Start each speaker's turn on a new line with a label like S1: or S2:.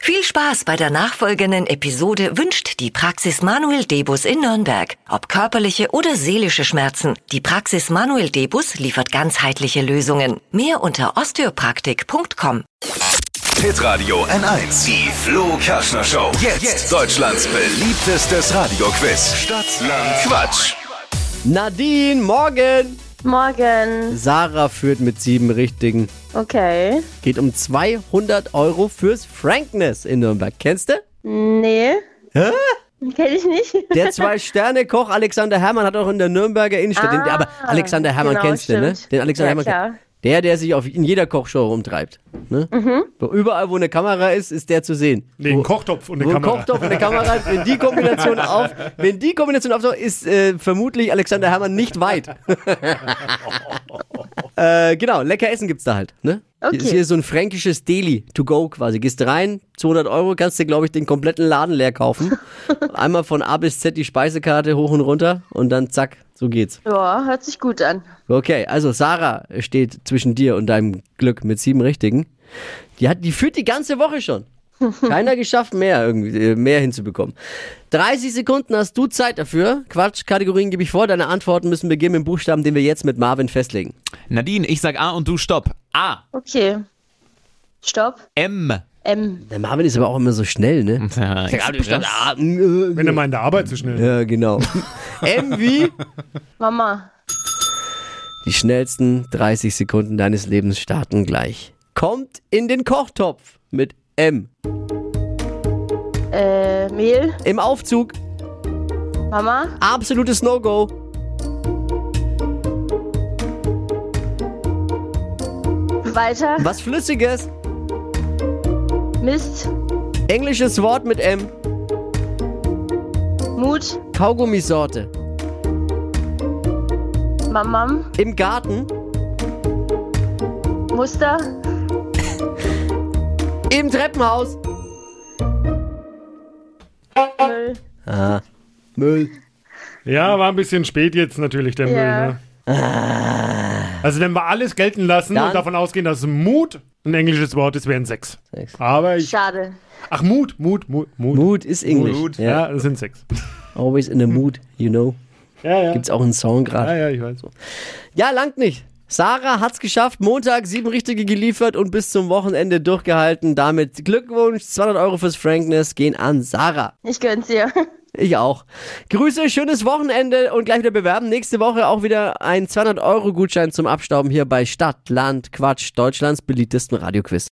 S1: Viel Spaß bei der nachfolgenden Episode wünscht die Praxis Manuel Debus in Nürnberg. Ob körperliche oder seelische Schmerzen, die Praxis Manuel Debus liefert ganzheitliche Lösungen. Mehr unter osteopraktik.com.
S2: Pit Radio N1, die Flo Kaschner Show. Jetzt, Deutschlands beliebtestes Radioquiz. Stadt, Land, Quatsch.
S3: Nadine, morgen!
S4: Morgen.
S3: Sarah führt mit sieben Richtigen.
S4: Okay.
S3: Geht um 200 Euro fürs Frankness in Nürnberg. Kennst du?
S4: Nee,
S3: Hä?
S4: kenne ich nicht.
S3: Der Zwei-Sterne-Koch Alexander Herrmann hat auch in der Nürnberger Innenstadt. den, aber Alexander Herrmann
S4: Ah, genau,
S3: kennst du, ne?
S4: stimmt.
S3: Den Alexander
S4: Ja,
S3: Herrmann
S4: klar.
S3: kenn- Der, der sich auf, in jeder Kochshow rumtreibt. Ne?
S4: Mhm.
S3: So, überall, wo eine Kamera ist, ist der zu sehen.
S5: Nee,
S3: wo,
S5: ein Kochtopf und eine
S3: wo ein
S5: Kamera.
S3: Kochtopf und eine Kamera, wenn die Kombination auf, wenn die Kombination auftaucht, ist äh, vermutlich Alexander Herrmann nicht weit. äh, genau, lecker Essen gibt's da halt. Ne?
S4: Okay.
S3: Ist hier so ein fränkisches Deli to go quasi. Gehst rein, 200 Euro, kannst dir glaube ich den kompletten Laden leer kaufen. Einmal von A bis Z die Speisekarte hoch und runter und dann zack, so geht's.
S4: Ja, hört sich gut an.
S3: Okay, also Sarah steht zwischen dir und deinem Glück mit sieben Richtigen. Die, hat, die führt die ganze Woche schon. Keiner geschafft, mehr, irgendwie, äh, mehr hinzubekommen. 30 Sekunden hast du Zeit dafür. Quatsch, Kategorien gebe ich vor. Deine Antworten müssen beginnen mit dem Buchstaben, den wir jetzt mit Marvin festlegen.
S6: Nadine, ich sag A und du stopp. A.
S4: Okay. Stopp.
S6: M.
S4: M.
S3: Der Marvin ist aber auch immer so schnell, ne?
S6: Ich
S3: Ja, Buchstaben A, mm,
S5: Wenn er mal in der Arbeit zu schnell.
S3: Ja, genau. M wie?
S4: Mama.
S3: Die schnellsten 30 Sekunden deines Lebens starten gleich. Kommt in den Kochtopf mit M.
S4: Äh, Mehl.
S3: Im Aufzug
S4: Mama.
S3: absolutes No-Go.
S4: Weiter.
S3: Was Flüssiges,
S4: Mist.
S3: englisches Wort mit M,
S4: Mut.
S3: Kaugummisorte,
S4: Mamam.
S3: im Garten,
S4: Muster.
S3: im Treppenhaus.
S4: Müll.
S3: Ah. Müll.
S5: Ja, war ein bisschen spät jetzt natürlich der
S4: Ja.
S5: Müll. Ne? Also wenn wir alles gelten lassen
S3: Dann-
S5: und davon ausgehen, dass Mut ein englisches Wort ist, wären sechs.
S3: Sechs.
S5: Aber ich,
S4: Schade.
S5: ach Mut, Mut, Mut, Mut.
S3: Mood ist Englisch. Ja.
S5: Ja, das sind sechs.
S3: Always in the mood, you know.
S5: Ja, ja.
S3: Gibt's auch einen Song
S5: ja,
S3: gerade.
S5: ja, ich weiß.
S3: Ja, langt nicht. Sarah hat's geschafft. Montag sieben Richtige geliefert und bis zum Wochenende durchgehalten. Damit Glückwunsch. 200 Euro fürs Frankness gehen an Sarah.
S4: Ich gönn's dir.
S3: Ich auch. Grüße, schönes Wochenende und gleich wieder bewerben. Nächste Woche auch wieder ein 200 Euro Gutschein zum Abstauben hier bei Stadt, Land, Quatsch, Deutschlands beliebtesten Radioquiz.